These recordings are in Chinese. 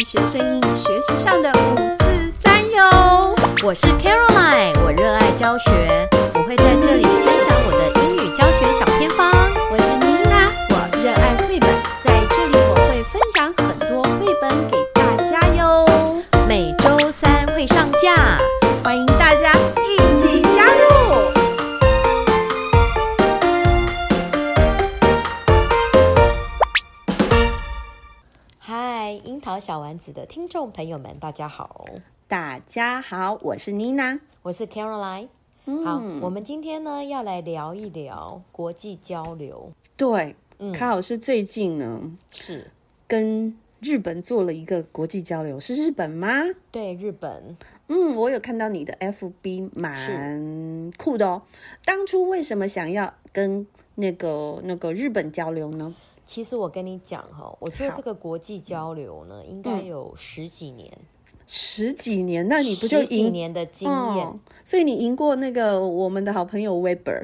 医学生英语学习上的五四三哟。我是 Caroline，我热爱教学，我会在这里分享我的英语教学小偏方。我是妮娜，我热爱绘本，在这里我会分享很多绘本给大家哟，每周三会上架。欢迎大家一起加入。嗨，樱桃小丸子的听众朋友们，大家好，大家好，我是妮娜。嗯我是 Caroline。好，我们今天呢要来聊一聊国际交流。对，嗯卡老师最近呢是跟日本做了一个国际交流，是日本吗？对日本，嗯，我有看到你的 FB，蛮酷的哦。当初为什么想要跟那个那个日本交流呢？其实我跟你讲哈，我做好这个国际交流呢，应该有十几年，十几年，那你不就十几赢？年的经验，哦，所以你赢过那个我们的好朋友 Weber。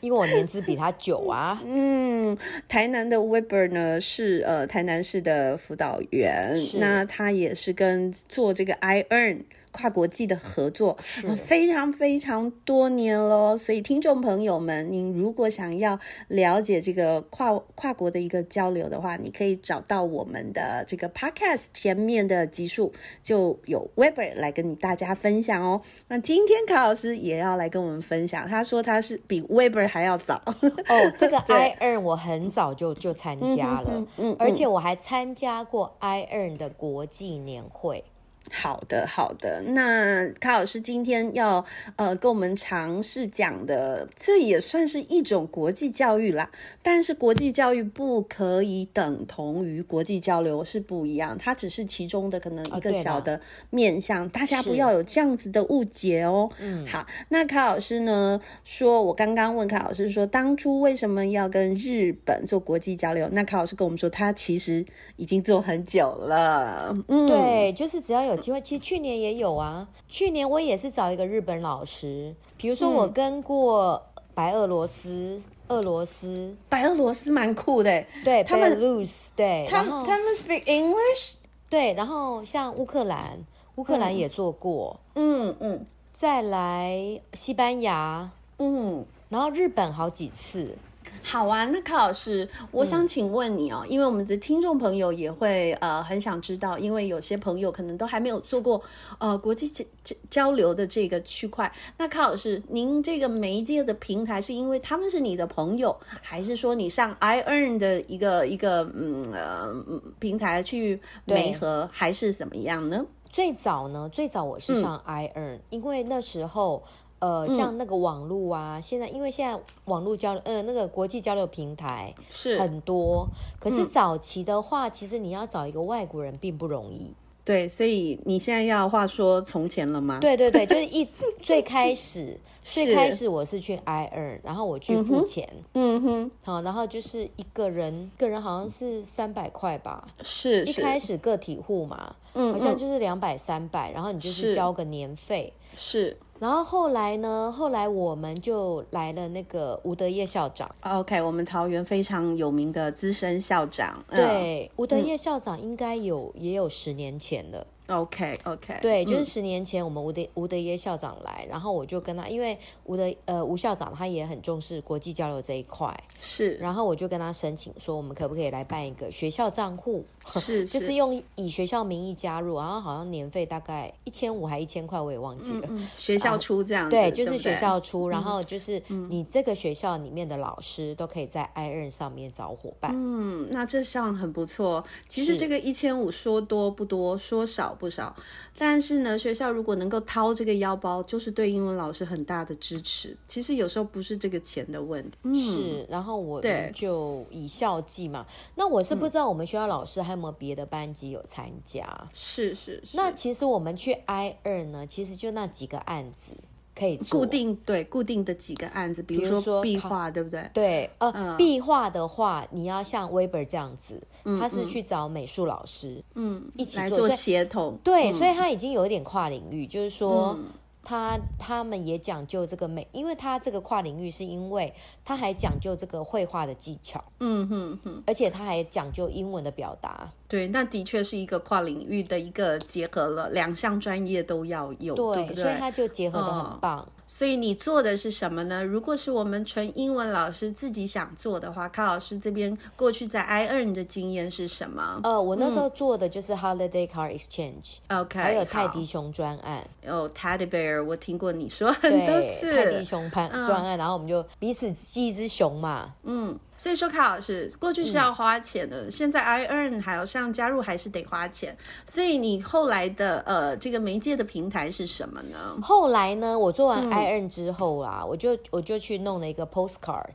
因为我年资比他久啊。嗯，台南的 Weber 呢是呃台南市的辅导员是，那他也是跟做这个 i e a r n 跨国际的合作，呃非常非常多年喽。所以听众朋友们，您如果想要了解这个跨跨国的一个交流的话，你可以找到我们的这个 podcast 前面的集数，就有 Weber 来跟你大家分享哦。那今天卡老师也要来跟我们分享，他说他是比 Weber 还要早。 哦，这个 对 I Earn 我很早就就参加了，嗯嗯嗯而且我还参加过 I Earn 的国际年会。好的，好的。那卡老师今天要呃跟我们尝试讲的，这也算是一种国际教育啦。但是国际教育不可以等同于国际交流是不一样，它只是其中的可能一哦对个啦小的面向，大家是不要有这样子的误解哦。嗯，好，那卡老师呢？说我刚刚问卡老师说，当初为什么要跟日本做国际交流？那卡老师跟我们说，他其实已经做很久了。嗯，对，就是只要有机会，其实去年也有啊。去年我也是找一个日本老师，比如说嗯我跟过白俄罗斯、俄罗斯，白俄罗斯蛮酷的欸，对，他们 Belarus，对，他然们后他们 speak English，对，然后像乌克兰，乌克兰也做过，嗯嗯再来西班牙，嗯，然后日本好几次。好啊。那卡老师，我想请问你哦，因为我们的听众朋友也会呃很想知道，因为有些朋友可能都还没有做过呃国际交交交流的这个区块。那卡老师，您这个媒介的平台是因为他们是你的朋友，还是说你上 i earn 的一个一个嗯呃嗯平台去媒合，还是怎么样呢？最早呢，最早我嗯是上 i earn，、因为那时候。呃，像那个网络啊，现在因为现在网络交流，呃，那个国际交流平台是嗯很多。可是早期的话，其实你要找一个外国人并不容易。对，所以你现在要话说从前了吗？，对对对，就 是一最开始，最是开始我是去 I earn，然后我去付钱，嗯哼，好，然后就是一个人，一个人好像是三百块吧，是一呃是，开始个体户嘛，嗯好像嗯就是两百三百，然后你就是是交个年费。是然后后来呢？后来我们就来了那个吴德业校长。 OK，我们桃园非常有名的资深校长，嗯、对，吴德业校长应该有、也有十年前了。嗯，OK OK，对，就是嗯十年前我们吴德吴德业校长来，然后我就跟他，因为吴德呃吴校长他也很重视国际交流这一块，是然后我就跟他申请说，我们可不可以来办一个学校账户？ 是就是用以学校名义加入，然后好像年费大概一千五还一千块，我也忘记嗯了。学校出这样子，啊对，对，就是不学对嗯校出，然后就是你这个学校里面的老师都可以在 i r 上面找伙伴。嗯，那这项很不错。其实是这个一千五说多不多，说少不少，但是呢，学校如果能够掏这个腰包，就是对英文老师很大的支持。其实有时候不是这个钱的问题，嗯，是，然后我们对嗯就以校计嘛。那我是不知道我们学校老师还有没有别的班级有参加。是是是，那其实我们去 i 二呢，其实就那几个案子可以做固。定对固定的几个案子，比比如如说说壁考画，对不对？对，呃，嗯壁画的话，你要像 Weber 这样子，他是去找美术老师，嗯，一起嗯来做。所以协同，对，嗯所以他已经有一点跨领域，就是说，他他们也讲究这个美，因为他这个跨领域是因为他还讲究这个绘画的技巧，嗯哼哼，而且他还讲究英文的表达。对，那的确是一个跨领域的一个结合了，两项专业都要有，对不对？所以他就结合的很棒。所以你做的是什么呢？如果是我们纯英文老师自己想做的话，康老师这边过去在 I N 的经验是什么呃，我那时候做的就是 Holiday Car Exchange，、 ？OK，还有泰迪好熊专案，哦，Teddy Bear，我听过你说很多次对，泰迪熊盘专案，然后我们就彼此寄一只熊嘛，嗯，所以说卡老师过去是要花钱的，现嗯在 I earn 还有像加入还是得花钱，所以你后来的呃这个媒介的平台是什么呢？后来呢，我做嗯完 I N 之后啊，我就我就去弄了一个 postcard，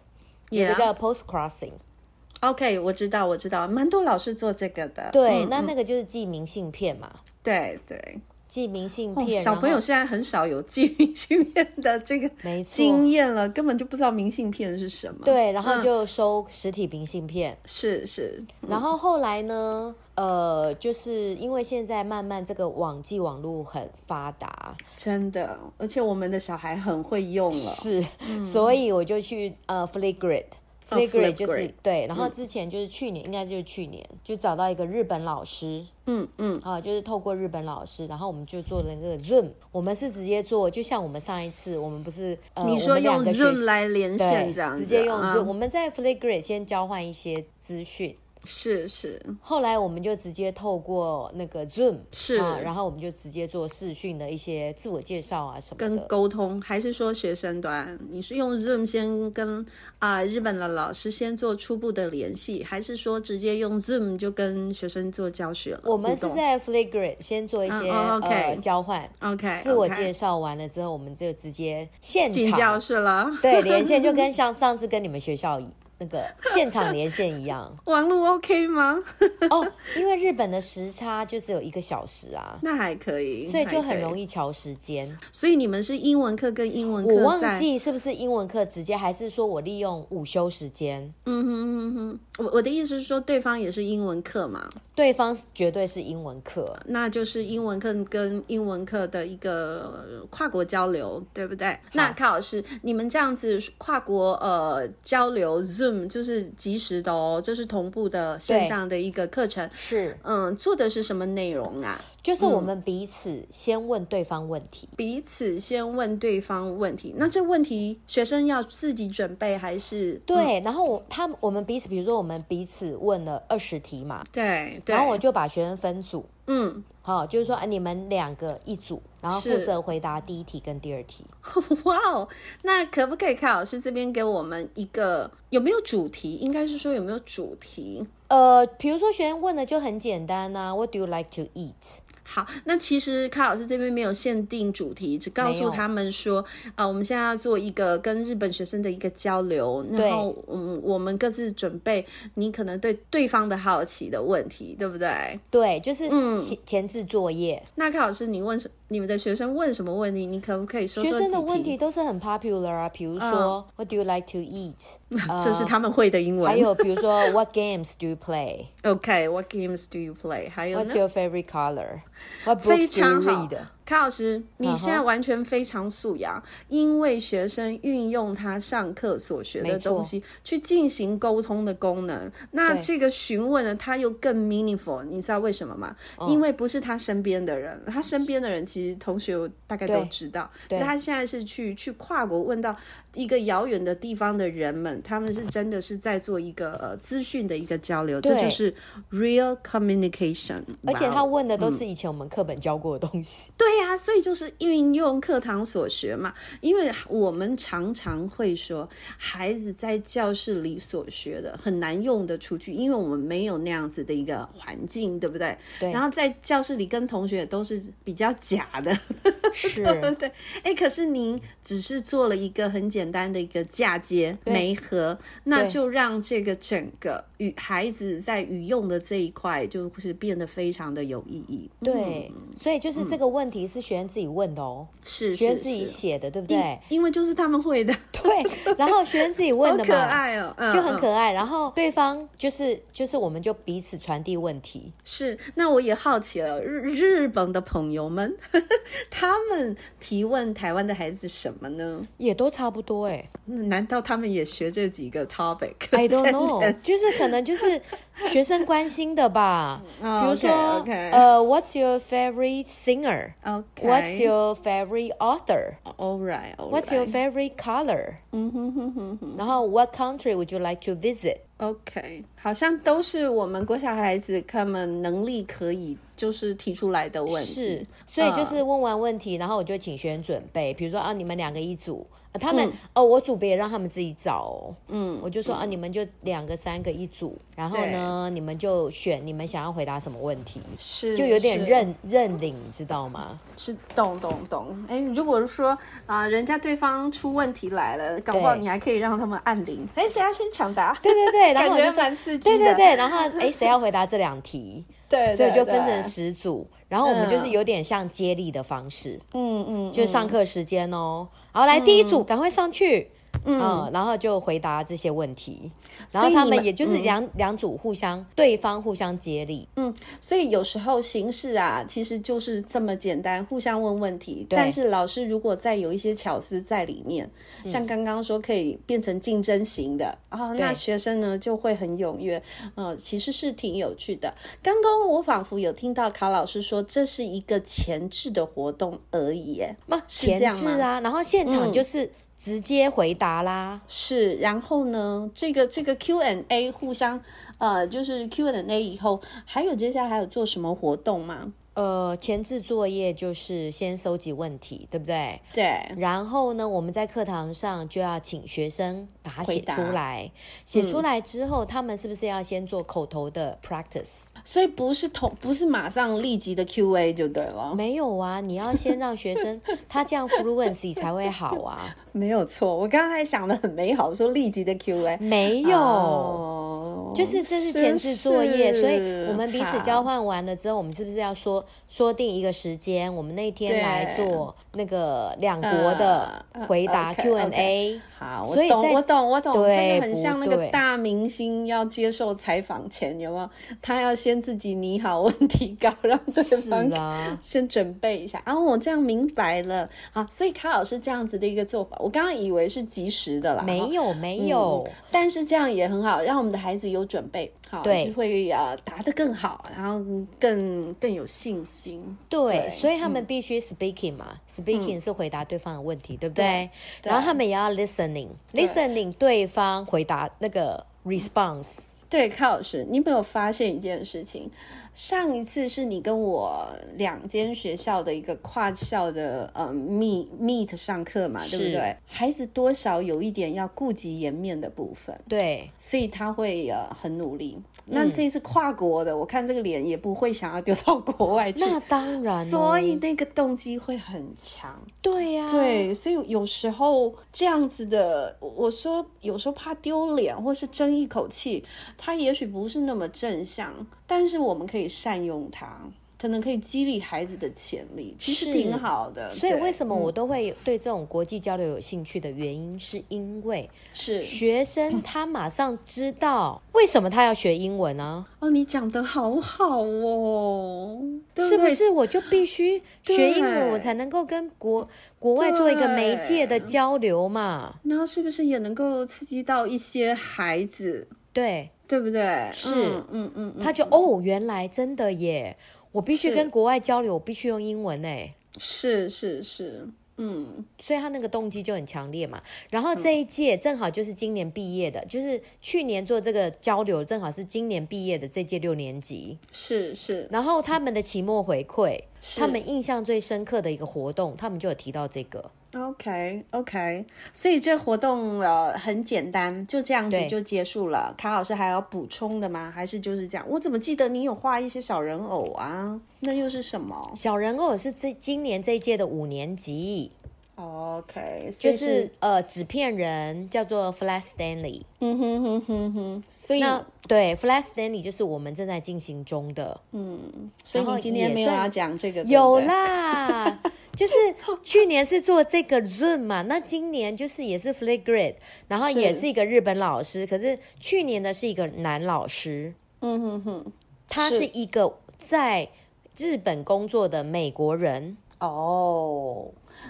有一个 Yeah 叫 post crossing。 OK，我知道我知道，蛮多老师做这个的，对，嗯那那个就是寄明信片嘛，对对、寄明信哦片。小朋友然后现在很少有寄明信片的这个 没错经验了，根本就不知道明信片是什么。对，然后嗯就收实体明信片。是是，然后后来呢，呃，就是因为现在慢慢这个网际网络很发达，真的，而且我们的小孩很会用了，是， 所以我就去呃 Flipgrid。Flipgrid 就是、嗯哦 Flipgrid 嗯对，然后之前就是去年，应该就是去年就找到一个日本老师，嗯嗯，啊，就是透过日本老师，然后我们就做了那个 Zoom，我们是直接做，就像我们上一次，我们不是呃，你我说们两用个学 Zoom 来连线对这样子，直接用 Zoom，、嗯我们在 Flipgrid 先交换一些资讯，是是，后来我们就直接透过那个 Zoom 是啊，然后我们就直接做视讯的一些自我介绍啊什么跟的。沟通，还是说学生端？你是用 Zoom 先跟啊、日本的老师先做初步的联系，还是说直接用 Zoom 就跟学生做教学了？我们互是动在 Flipgrid 先做一些、嗯哦呃，OK 交换， OK 自我介绍绍完了之后，我们就直接现进教场室了，对连线，就跟像上次跟你们学校一那个现场连线 一样。网络 OK 吗？ 哦，因为日本的时差就只有一个小时啊，那还可以，所以就很容易。易调时间。所以你们是英文课跟英文课我忘在记是不是英文课直接，还是说我利用午休时间？嗯哼哼哼，我我的意思是说，对方也是英文课嘛，对方是绝对是英文课，那就是英文课跟英文课的一个呃跨国交流，对不对？那卡老师，你们这样子跨国呃交流 Zoom 就是及时的哦，就是同步的线上的一个课程。是，嗯，做的是什么内容啊？就是我们彼此先问对方问题。彼此先问对方问题，那这问题学生要自己准备还是？嗯对，然后我他们我们彼此，比如说我们彼此问了二十题嘛，对对，然后我就把学生分组，嗯，好、就是说、啊、你们两个一组，然后负是责回答第一题跟第二题。 哇哦，那可不可以看老师这边给我们一个有没有主题？应该是说有没有主题？呃，比如说学生问的就很简单呐、w h a t do you like to eat？好，那其实卡老师这边没有限定主题，只告没诉有他们说，啊、我们现在要做一个跟日本学生的一个交流，对然后嗯，我们各自准备你可能对对方的好奇的问题，对不对？对，就是嗯前前置作业。那卡老师，你问什你们的学生问什么问题？你可不可以说学说生的几问题题？都是很 popular 啊，比如嗯说、What do you like to eat？这是他们会的英文。呃还有比如 说 What games do you play？What's ，OK，What games do you play？还有呢？ your favorite color？What 非 books do 常 you 好 read？，卡老师，你嗯哼现在完全非常素养因为学生运用他上课所学的没错东西去进行沟通的功能。那对这个询问呢，他又更 meaningful，你知道为什么吗？嗯因为不是他身边的人，他身边的人其实同学大概都对知道，对他现在是去去跨国问到一个遥远的地方的人们，他们是真的是在做一个呃资讯的一个交流，这对就是 real communication。而且他哇哦问的都是以前我们课本教过的 东西。对呀、所以就是运用课堂所学嘛，因为我们常常会说，孩子在教室里所学的很难用得出去，因为我们没有那样子的一个环境，对不对？对然后在教室里跟同学都是比较假的，是，对。哎，可是您只是做了一个很简单的一个嫁接对媒合，那对就让这个整个与孩子在语用的这一块，就是变得非常的有意义。 嗯对，所以就是这个问题是学员自己问的哦，是学员自己写的，对不对？因为就是他们会的， 对，然后学员自己 问好的可嘛，爱哦，嗯就很可嗯爱。然后对方就是就是我们就彼此传递问题，是，那我也好奇了，日日本的朋友们， 他们提问台湾的孩子什么呢？也都差不多哎。那难道他们也学这几个 topic？ I don't sentence？ know，就是可能就是学生关心的吧，比哦如说 OK，OK 呃，What's your favorite singer？ OK. What's your favorite author? all right? All What's your right. favorite color? 嗯哼哼哼哼。然后 What country would you like to visit? OK，好像都是我们国小孩子他们能力可以就是提出来的问题。是，所以就嗯是问完问题，然后我就请学员准备，比如说啊，你们两个一组，啊他嗯们、哦，我组别也让他们自己找、哦，嗯，我就说啊，你们就两个、三个一组，然后呢，你们就选你们想要回答什么问题，是就有点是认认领，你知道吗？ 是懂懂懂。哎，如果说啊、人家对方出问题来了，搞不好对你还可以让他们按铃，哎，谁要先抢答？对对对，然后我就感觉说蛮刺激对的。对对，然后 哎，谁要回答这两题？对所以对就分对成十组，然后我们就是嗯有点像接力的方式，嗯嗯，就是上课时间哦，好来第一组赶快上去，嗯，然后就回答这些问题，然后以他你们们嗯也就是两两组互相，对方互相接力，所以有时候形式啊，其实就是这么简单，互相问问题。对但是老师如果再有一些巧思在里面，像刚刚说可以变成竞争型的啊，那对学生呢就会很踊跃。呃，其实是挺有趣的。刚刚我仿佛有听到卡老师说，这是一个前置的活动而已耶。嘛是这前样置吗嗯啊，然后现场就是直接回答啦，是，然后呢，这个这个 Q&A 互相，呃，就是 Q&A 以后，还有接下来还有做什么活动吗？呃，前置作业就是先收集问题，对不对？对，然后呢，我们在课堂上就要请学生把它写回答嗯出来，写出来之后，他们是不是要先做口头的 practice？所以不是同不是马上立即的 Q&A 就对了， 没有啊，你要先让学生他这样 fluency 才会好啊。没有错。我刚刚还想的很美好，说立即的 Q&A 没有，哦就是这是前置作业，是所以我们彼此交好换完了之后，我们是不是要说说定一个时间，我们那天对来做那个两国的呃呃回答 OK，OK Q&A？好，我所以懂，在我懂，我懂，对真的很像那不对个大明星要接受采访前，有没有？他要先自己拟好问题稿，让对是方啊，先准备一下啊，我这样明白了啊，所以卡老师这样子的一个做法，我刚刚以为是及时的啦，没有没有。嗯但是这样也很好，让我们的孩子有准备，好，对就会呃答得更好，然后更更有信心。对，所以他嗯们必须 speaking 嘛、s p e a k i n g 是回答对方的问题，对不对？对然后他们也要 listening，listening 对方回答那个嗯 response。对，卡老师，你有没有发现一件事情？上一次是你跟我两间学校的一个跨校的呃 meet meet 上课嘛，对不是对？孩子多少有一点要顾及颜面的部分。对，所以他会呃很努力。那这一次跨国的，我看这个脸也不会想要丢到国外去，那当然哦、所以那个动机会很强。对呀、，对，所以有时候这样子的，我我说有时候怕丢脸或是争一口气，它也许不是那么正向，但是我们可以善用它，可能可以激励孩子的潜力，其实是挺好的。所以为什么么我都会对这种国际交流有兴趣的原因，是因为是学生他马上知道为什么他要学英文啊呢、哦？你讲的好好哦，对是不对是我就必须学英文，对我才能够跟国国外做一个媒介的对交流嘛？那是不是也能够刺激到一些孩子，对，对不对？嗯是嗯嗯嗯，他就哦，原来真的耶！我必须是跟国外交流，我必须用英文哎，是是是，嗯，所以他那个动机就很强烈嘛。然后这一届正好就是今年毕业的，就是去年做这个交流，正好是今年毕业的这届六年级。是是然后他们的期末回馈，是他们印象最深刻的一个活动，他们就有提到这个。 ，OK OK，所以这活动呃很简单，就这样子对就结束了。卡老师还有补充的吗？还是就是这样？我怎么记得你有画一些小人偶啊？那又是什么？小人偶是这今年这一届的五年级， OK，就就是呃纸片人叫做 Flash Stanley。嗯哼哼哼哼，所以那对 Flash Stanley 就是我们正在进行中的，所以然后你今天也没有算要讲这个，对不有对，啦， 就是去年是做这个 Zoom 嘛，那今年就是也是 Flipgrid，然后也是是一个日本老师，可是去年的是一个男老师，嗯哼哼，他是是一个在日本工作的美国人，哦，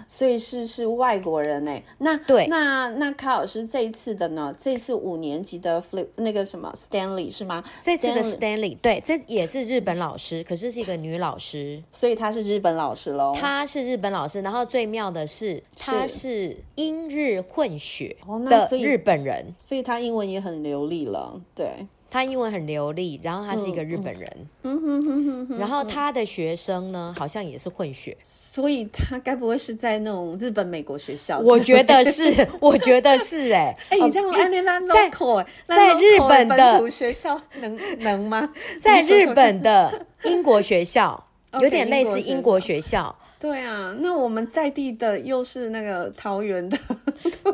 所以是是外国人哎，那对那那卡老师这一次的呢？这次五年级的 flip 那个什么 Stanley 是吗？这次的 Stanley Stanley 对，这也是日本老师，可是是一个女老师，所以他是日本老师喽。她是日本老师，然后最妙的是她是英日混血哦那的所以日本人，所以他英文也很流利了，对，他英文很流利，然后他是一嗯个日本人，然后他的学生呢，好像也是 混血，所以他该不会是在那种日本美国学校？我觉得是， 我觉得是、哎， 哎、哦你这样按那那在 local 哎，那在 local 日本的本土学校能能吗？ 在你说日说看本的英国学校 OK，有点类似英英国国学学 校，对啊，那我们在地的又是那个桃园的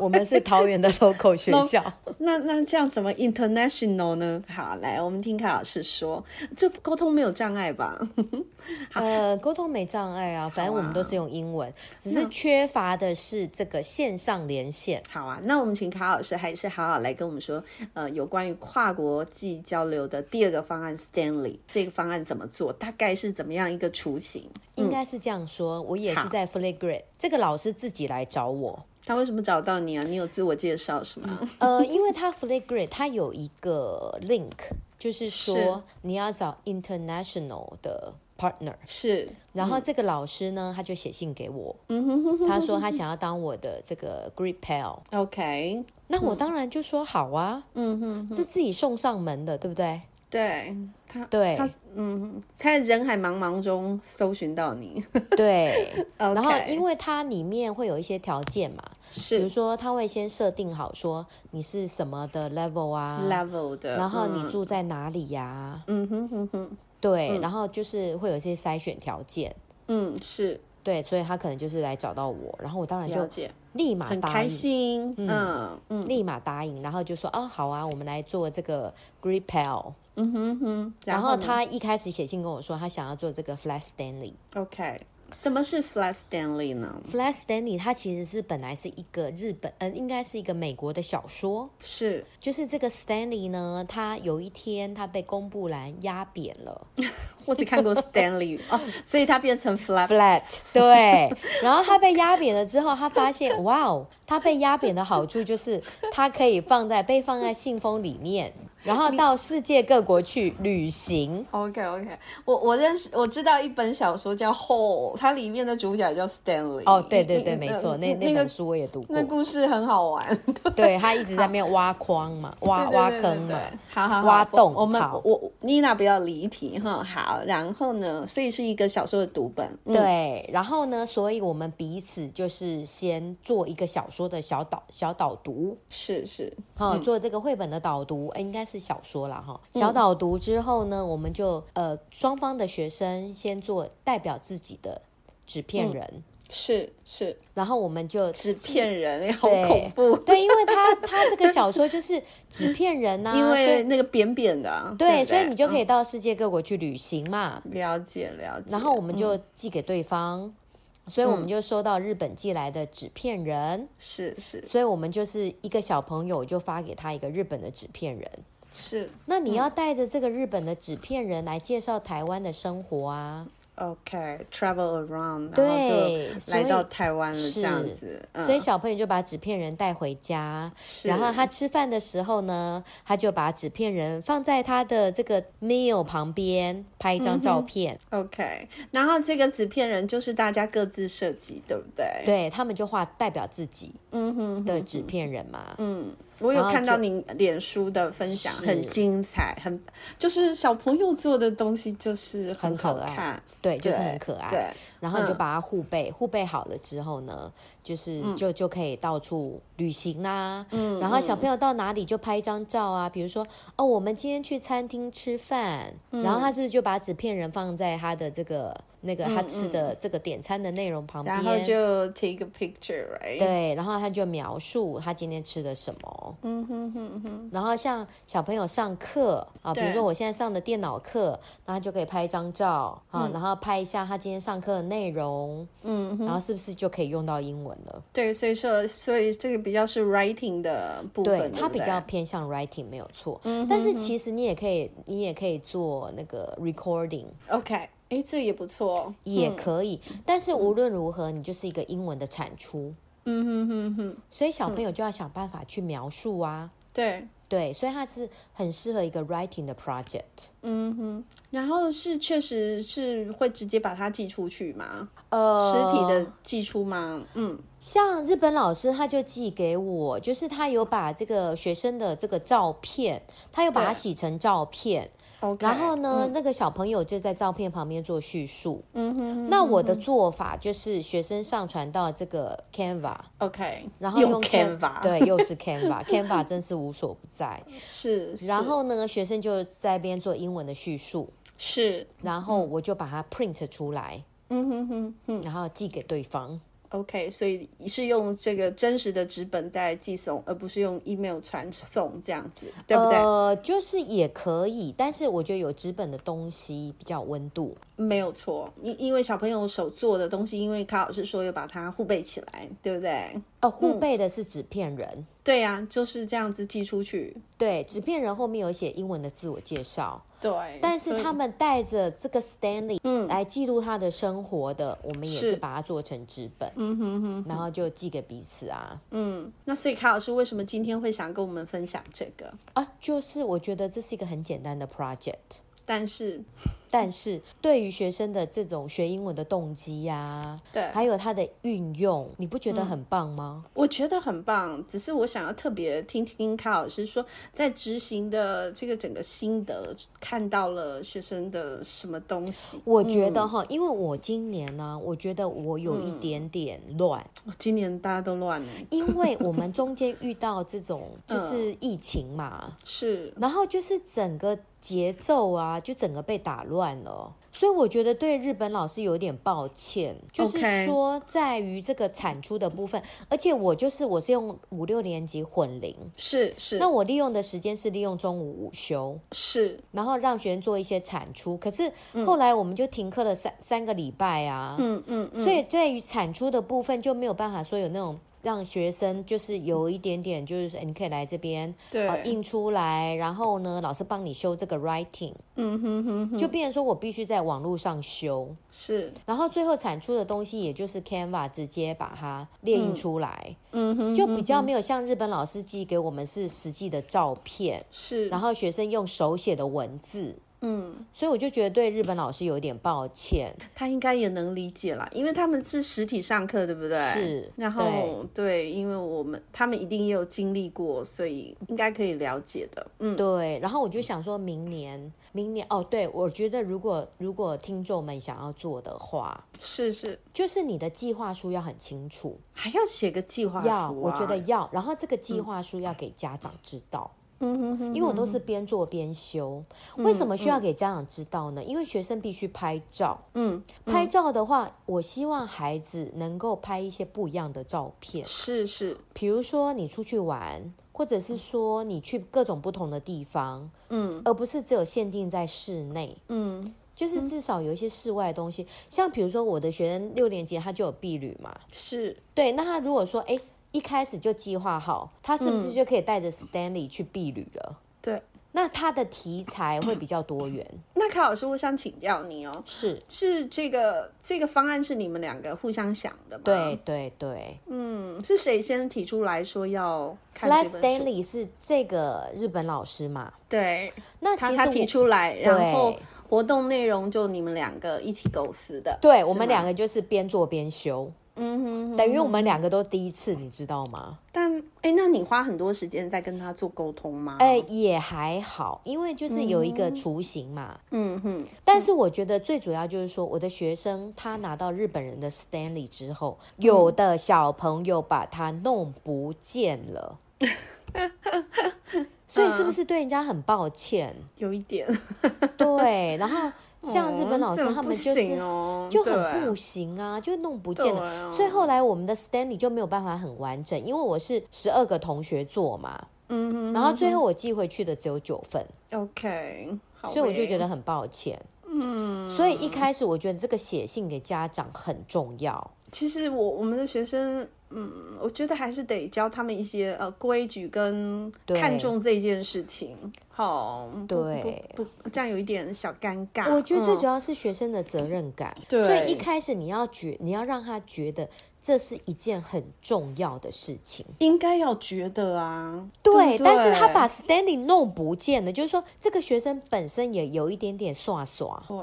我们是桃园的 local 学 校。那那这样怎么 international 呢？好，来我们听卡老师说，这沟通没有障碍吧？ 呃，沟通没障碍啊，反正我们都是用英文，啊只是缺乏的是这个线上连线。好啊，那我们请卡老师还是好好来跟我们说，呃，有关于跨国际交流的第二个方案 Stanley 这个方案怎么做，大概是怎么样一个雏形？应该是这样说，我也嗯好是在 Flagrant 这个老师自己来找我，他为什么找到你啊？你有自我介绍是吗？ 呃，因为它 Flagrant 它有一个 link，就是是说你要找 international 的 partner，是，然后这个老师呢，他就写信给我，嗯他说他想要当我的这个 g r e e t pal， OK，那我当然就说好啊，嗯哼，这自己送上门的，对不对？对他，对他，嗯，在人海茫茫中搜寻到你， 对， OK 然后因为它里面会有一些条件嘛，比如是说他会先设定好说你是什么的 level 啊 level 的，然后嗯你，住在哪里呀、嗯哼哼哼，对，然后就是会有一些筛选条件，嗯，是对，所以他可能就是来找到我，然后我当然了就解，立马很答开应，心，啊嗯嗯立马答应，然后就说哦好啊，我们来做这个 green pal。嗯哼哼，然后呢他一开始写信跟我说，他想要做这个 Flash Stanley。 OK，什么是 Flat Stanley 呢？ Flash Stanley 它其实是本来是一个日本，嗯、应该是一个美国的小说。是就是这个 Stanley 呢，他有一天他被公布栏压扁了我只看过 Stanley 哦，所以它变成 Flat。 ，flat，对。 然后他被压扁了之后，他发现， 哇哦，他被压扁的好处就是他可以放在被放在信封里面，然后到世界各国去旅行。 OK OK，我我认识我知道一本小说叫《Hole》，它里面的主角叫 Stanley。哦，对对你对，你没错，呃那那那本个书我也读过那。故事很好玩，对 对他一直在那边挖框嘛，挖对挖对对坑对嘛，好好好挖洞我我们好我我妮娜不要离题哈，好，然后呢，所以是一个小说的读本，嗯，对，然后呢，所以我们彼此就是先做一个小说的小导小导读，是是，好、哦做这个绘本的导读，呃应该是小说啦哈。嗯小导读之后呢，我们就呃双方的学生先做代表自己的纸片人，是是，然后我们就嗯纸片人，哎好对啊恐怖， 对，因为他他这个小说就是纸片人呐、 因所为以那个扁扁的啊，对，不所以你就嗯可以到世界各国去旅行嘛。了解了解。然后我们就寄给对方，所以我们嗯就收到日本寄来的纸片人。是是所以我们就是一个小朋友，就发给他一个日本的纸片人。是那你嗯要带着这个日本的纸片人来介绍台湾的生活啊， ，OK，travel around，然对后就所以来到台湾了是这样子，嗯，所以小朋友就把纸片人带回家，是然后他吃饭的时候呢，他就把纸片人放在他的这个 meal 旁边拍一张嗯照片， OK，然后这个纸片人就是大家各自设计，对不对？，对他们就画代表自己嗯哼，的纸片人嘛，我有然后看到就你脸书的分享，是很精彩，很就是小朋友做的东西就是很好可爱看，对，就是对很可爱，对，然后你就嗯把它护背，护背好了之后呢，就是就就可以到处旅行啦、嗯，然后小朋友到哪里就拍一张照啊，比如说哦，嗯我们今天去餐厅吃饭，然后他是不是就把纸片人放在他的这个那个他吃的这个点餐的内容旁边，嗯然后就 take a picture，right？对，然后他就描述他今天吃的什么。嗯哼哼哼。然后像小朋友上课啊，比如对说我现在上的电脑课，那他就可以拍一张照啊，然后拍一下他今天上课的内容，嗯然后是不是就可以用到英文了？对，所以说，所以这个比较是 writing 的部分，对，对它不对嗯比较偏向 writing 没有错，但是其实你也可以，你也可以做那个 recording， OK。哎，这也不错哦。也可以，但是无论如何，你就是一个英文的产出，嗯哼哼哼，嗯所以小朋友就要想办法去描述啊。对，对，所以它是很适合一个 writing 的 project。嗯哼。然后是确实是会直接把它寄出去吗？呃，实体的寄出吗？嗯，像日本老师他就寄给我，就是他有把这个学生的这个照片，他有把它对洗成照片， OK，然后呢，那个小朋友就在照片旁边做叙述。嗯哼那我的做法就是学生上传到这个 Canva， ，OK，然后用用 Can- Canva，对，又是 Canva，Canva 真是无所不在。 是，是然后呢，学生就在那边做英文的叙述，是，然后我就把它 print 出来，嗯哼哼哼然后寄给对方。 ，OK，所以是用这个真实的纸本在寄送，而不是用 email 传送这样子，对不对？呃，就是也可以，但是我觉得有纸本的东西比较有温度。没有错，因因为小朋友手做的东西，因为卡老师说要把它互备起来，对不对？哦，互背的是纸片人，对呀、就是这样子寄出去。对，纸片人后面有写英文的自我介绍，对，但是他们们带着这个 Stanley 嗯来记录他的生活的，我们也是是把它做成纸本，嗯哼哼，然后就寄给彼此啊嗯，那所以卡老师为什么今天会想跟我们分享这个？啊，就是我觉得这是一个很简单的 project。但是，但是对于学生的这种学英文的动机呀、啊，对还有它的运用，你不觉嗯得很棒吗？我觉得很棒，只是我想要特别听听卡老师说，在执行的这个整个心得，看到了学生的什么东西。我觉嗯得哈，因为我今年呢、我觉得我有一点点 乱，哦今年大家都乱了，因为我们中间遇到这种 嗯就是疫情嘛，是然后就是整个节奏啊，就整个被打乱了。所以我觉得对日本老师有点抱歉，就是 OK 说在于这个产出的部分，而且我就是我是用五六年级混龄，是是，那我利用的时间是利用中午午休，是然后让学生做一些产出。可是后来我们就停课了三、三个礼拜啊，嗯嗯嗯，所以在于产出的部分就没有办法说有那种让学生就是有一点点就是哎你可以来这边对呃印出来，然后呢老师帮你修这个 writing，嗯哼哼哼，就变成说我必须在网络上修，是然后最后产出的东西也就是 Canva 直接把它列印出来，嗯哼，就比较没有像日本老师寄给我们是实际的照片，是，然后学生用手写的文字。嗯，所以我就觉得对日本老师有点抱歉，他应该也能理解啦，因为他们是实体上课，对不对？是然后对，因为我们他们一定也有经历过，所以应该可以了解的。嗯，对，然后我就想说明年，明年哦，对，我觉得如果如果听众们想要做的话，是是，就是你的计划书要很清楚，还要写个计划书、啊。要我觉得，要，然后这个计划书要给家长知道，嗯哼哼，因为我都是边做边修。为什么需要给家长知道呢？因为学生必须拍照，嗯，拍照的话，我希望孩子能够拍一些不一样的照片，是是，比如说你出去玩，或者是说你去各种不同的地方，嗯而不是只有限定在室内。嗯，就是至少有一些室外的东西，像比如说我的学生六年级他就有避旅嘛，是对，那他如果说哎、诶一开始就计划好，他是不嗯是就可以带着 Stanley 去避旅了？对。那他的题材会比较多元， 那卡老师，我想请教你哦，是是这个这个方案是你们两个互相想的吗？对，对对。嗯，是谁先提出来说要看 Fly 这本书？ Stanley 是这个日本老师嘛？对，那其他实他我提出来，然后对活动内容就你们两个一起构思的。对是我们吗两，个就是边做边修，嗯哼哼。等于我们两个都第一次，你知道吗？但哎，那你花很多时间在跟他做沟通吗？哎、，也还好，因为就是有一个雏形嘛。嗯哼，但是我觉得最主要就是说，我的学生他拿到日本人的 Stanley 之后，嗯有的小朋友把它弄不见 了，嗯所以是不是对人家很抱歉？有一点对，然后像日本老师哦这他们不就是行。哦就对很不行啊，就弄不见了。对啊所以后来我们的 Stanley 就没有办法很完整，因为我是十二个同学做嘛，嗯哼，然后最后我寄回去的只有九份， OK，好所以我就呗觉得很抱歉。嗯，所以一开始我觉得这个写信给家长很重要，其实我我们的学生，嗯，我觉得还是得教他们一些呃规矩跟对看重这件事情。好，不对不不，这样有一点小尴尬。我觉得最主要、要是学生的责任感。嗯对所以一开始你要觉，你要让他觉得这是一件很重要的事情。应该要觉得啊，对，不但是他把 Stanley 弄不见了，就是说这个学生本身也有一点点耍耍，对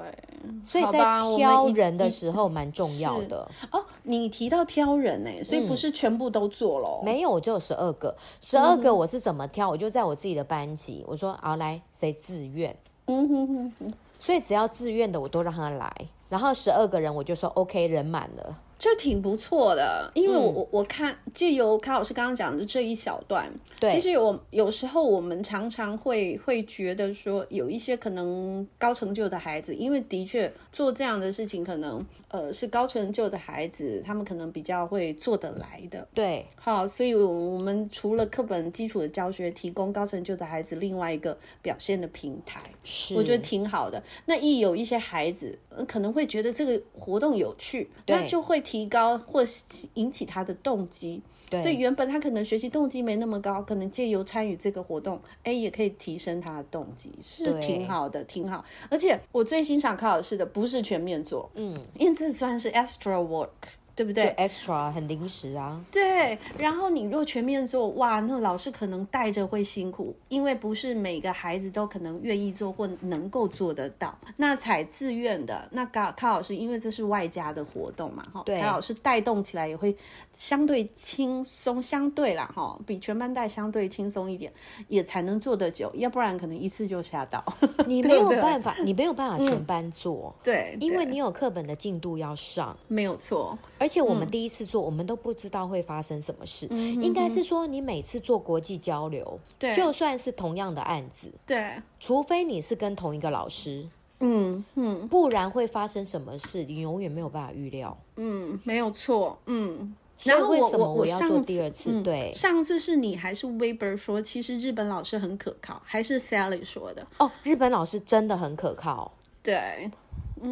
所以好在吧我们挑一人的一时候蛮重要是的。哦，你提到挑人呢、所以不是全部都做喽、没有，我只有十二个，十嗯二个我是怎么挑？我就在我自己的班级，我说好来，谁自愿？嗯哼哼哼，所以只要自愿的我都让他来，然后十二个人我就说 OK，人满了。这挺不错的，因为我、嗯我我看借由卡老师刚刚讲的这一小段，对其实我有时候我们常常会会觉得说，有一些可能高成就的孩子，因为的确做这样的事情，可能呃是高成就的孩子，他们可能比较会做得来的。对，好，所以我我们除了课本基础的教学，提供高成就的孩子另外一个表现的平台。是，我觉得挺好的。那一有一些孩子呃可能会觉得这个活动有趣，对那就会提高或起引起他的动机。对所以原本他可能学习动机没那么高，可能借由参与这个活动，哎，也可以提升他的动机，是对挺好的，挺好。而且我最欣赏考老师的不是全面做，嗯，因为这算是 extra work，对不就对？ extra 很临时 啊。对，然后你若全面做，哇，那老师可能带着会辛苦，因为不是每个孩子都可能愿意做或能够做得到。那采自愿的，那高高老师因为这是外加的活动嘛，哈，对高老师带动起来也会相对轻松，相对啦，哈，比全班带相对轻松一点，也才能做得久，要不然可能一次就吓到。 你没对有不对办法，你没有办法全班做，对因为对你有课本的进度要上，没有错，而且我嗯们第一次做，我们都不知道会发生什么事。应该是说，你每次做国际交流，对就算是同样的案子，对，除非你是跟同一个老师，嗯嗯不然会发生什么事，你永远没有办法预料。嗯，没有错，嗯。所以后为我什么我要上做次第二次？嗯对，上次是你还是 Weber 说，其实日本老师很可靠，还是 Sally 说的？哦，日本老师真的很可靠。对，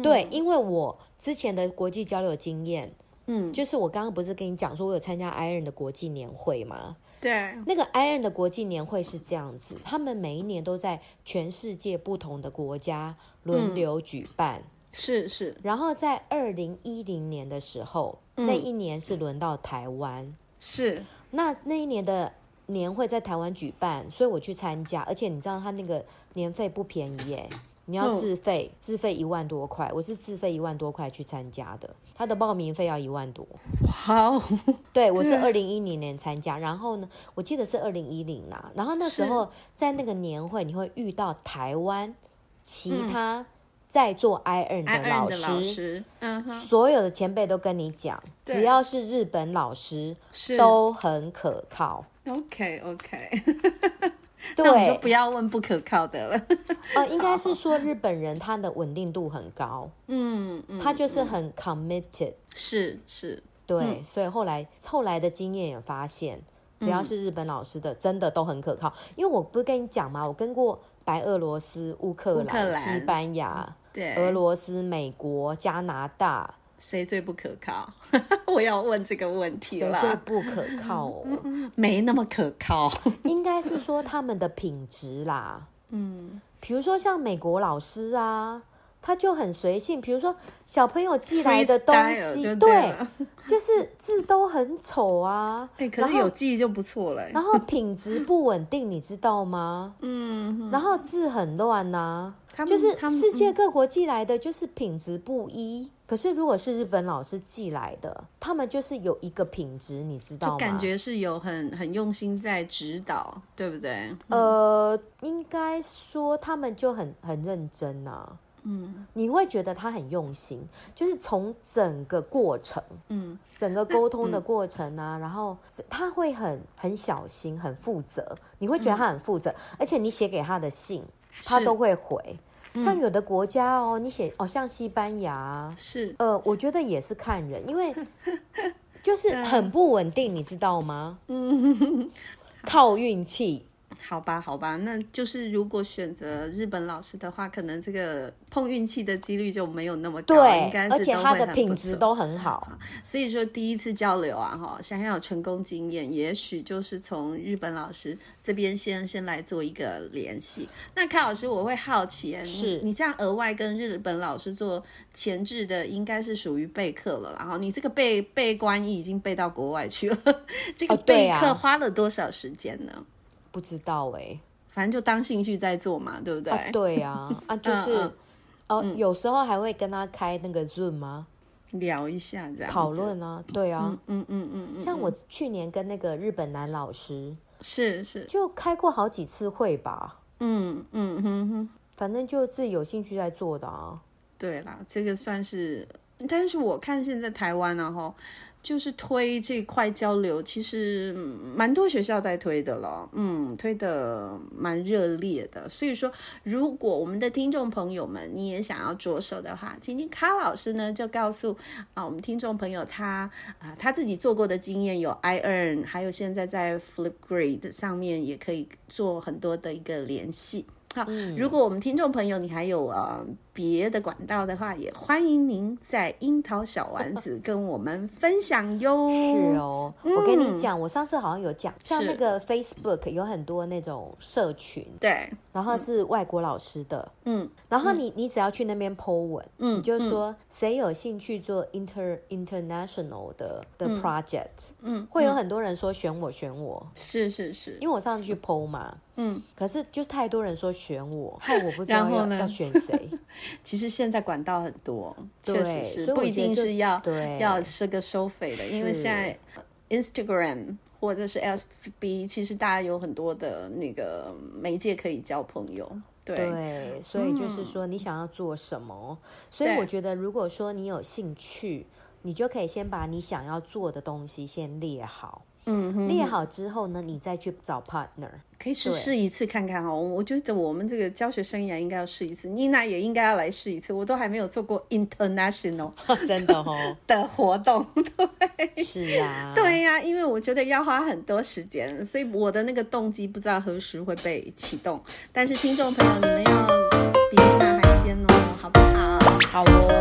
对，因为我之前的国际交流经验，嗯，就是我刚刚不是跟你讲说，我有参加 IRON 的国际年会吗？对，那个 IRON 的国际年会是这样子，他们每一年都在全世界不同的国家轮流举办。是是然后在二零一零年的时候，那一年是轮到台湾，是，那那一年的年会在台湾举办，所以我去参加，而且你知道他那个年费不便宜耶。你嗯要自费，自费一万多块，我是自费一万多块去参加的，他的报名费要一万多。哦好，对，我是对二零一零年参加，然后呢，我记得是二零一零啦。然后那时候在那个年会，你会遇到台湾其他在做 IRN 安的安老嗯的师，老师，嗯哼，所有的前辈都跟你讲，对只要是日本老师是都很可靠。 OK OK，对那我们就不要问不可靠的了。哦，应该是说日本人他的稳定度很高， 嗯嗯，嗯他就是很 committed。是是，对，所以后来后来的经验也发现，只嗯要是日本老师的，真的都很可靠。因为我不是跟你讲嘛，我跟过白俄罗斯、乌克乌克兰、兰西班牙、对，俄罗斯、美国、加拿大，谁最不可靠？ 我要问这个问题谁最了，不可靠哦？没那么可靠。应该是说他们的品质啦。嗯，比如说像美国老师啊，他就很随性。比如说小朋友寄来的东 Freestyle 西，就对对了，就是字都很丑啊。哎，可是然后有记忆就不错了。然后品质不稳定，你知道吗？嗯，然后字很乱呐、他们就是他们嗯世界各国寄来的就是品质不一。可是如果是日本老师寄来的，他们就是有一个品质，你知道吗？感觉是有很很用心在指导，对不对？呃，应该说他们就很很认真呐、嗯，你会觉得他很用心，就是从整个过程，嗯，整个沟通的过程啊，然后是他会很很小心、很负责，你会觉得他很负责，而且你写给他的信，他是都会回。像有的国家哦，你写哦，像西班牙，是呃，我觉得也是看人，因为就是很不稳定，你知道吗？嗯，靠运气。好吧，好吧，那就是如果选择日本老师的话，可能这个碰运气的几率就没有那么高，对应该，而是且都它会的很品不质错啊都很好。所以说第一次交流啊，哈，想要有成功经验，也许就是从日本老师这边先先来做一个联系。那凯老师，我会好奇，你是你这样额外跟日本老师做前置的，应该是属于备课了啦，然后你这个备备观音已经备到国外去了， 这个哦对备啊课花了多少时间呢？不知道哎、反正就当兴趣在做嘛，对不对？啊，对啊，啊，就是，嗯哦、有时候还会跟他开那个 Zoom 吗？聊一下这样子讨，论啊，对啊，嗯嗯嗯嗯，像我去年跟那个日本男老师是是，就开过好几次会吧，嗯嗯哼哼。反正就自己有兴趣在做的啊。对啦，这个算是，但是我看现在台湾然、啊、后就是推这块交流，其实嗯蛮多学校在推的了，嗯，推的蛮热烈的。所以说，如果我们的听众朋友们你也想要着手的话，今天卡老师呢就告诉啊我们听众朋友他啊、他自己做过的经验有 iEarn，还有现在在 Flipgrid 上面也可以做很多的一个联系。好，嗯如果我们听众朋友你还有呃别的管道的话，也欢迎您在樱桃小丸子跟我们分享哟。是哦，我跟你讲，我上次好像有讲，像嗯是那个 Facebook 有很多那种社群，对，然后是外国老师的，嗯，然后你、你只要去那边 Po 文，嗯你就说谁有兴趣做 inter international 的的 project，嗯会有很多人说选我选我，是是是，因为我上次去 Po 嘛，嗯，可是就太多人说选我，害我不知然道后要呢要选 谁，其实现在管道很多，对确实是所以不我一觉得定就是要对要是个收费的，因为是现在 Instagram 或者是 FB，其实大家有很多的那个媒介可以交朋友。对，对，所以就是说你想要做什么，所以嗯对我觉得如果说你有兴趣，你就可以先把你想要做的东西先列好，嗯哼，列好之后呢，你再去找 partner。可以试试一次看看哦。我觉得我们这个教学生涯应该要试一次，妮娜也应该要来试一次。我都还没有做过 international 真的哦，的活动，是 啊，对呀、因为我觉得要花很多时间，所以我的那个动机不知道何时会被启动。但是听众朋友，你们要比丽娜还先哦，好不好？好哦，嗯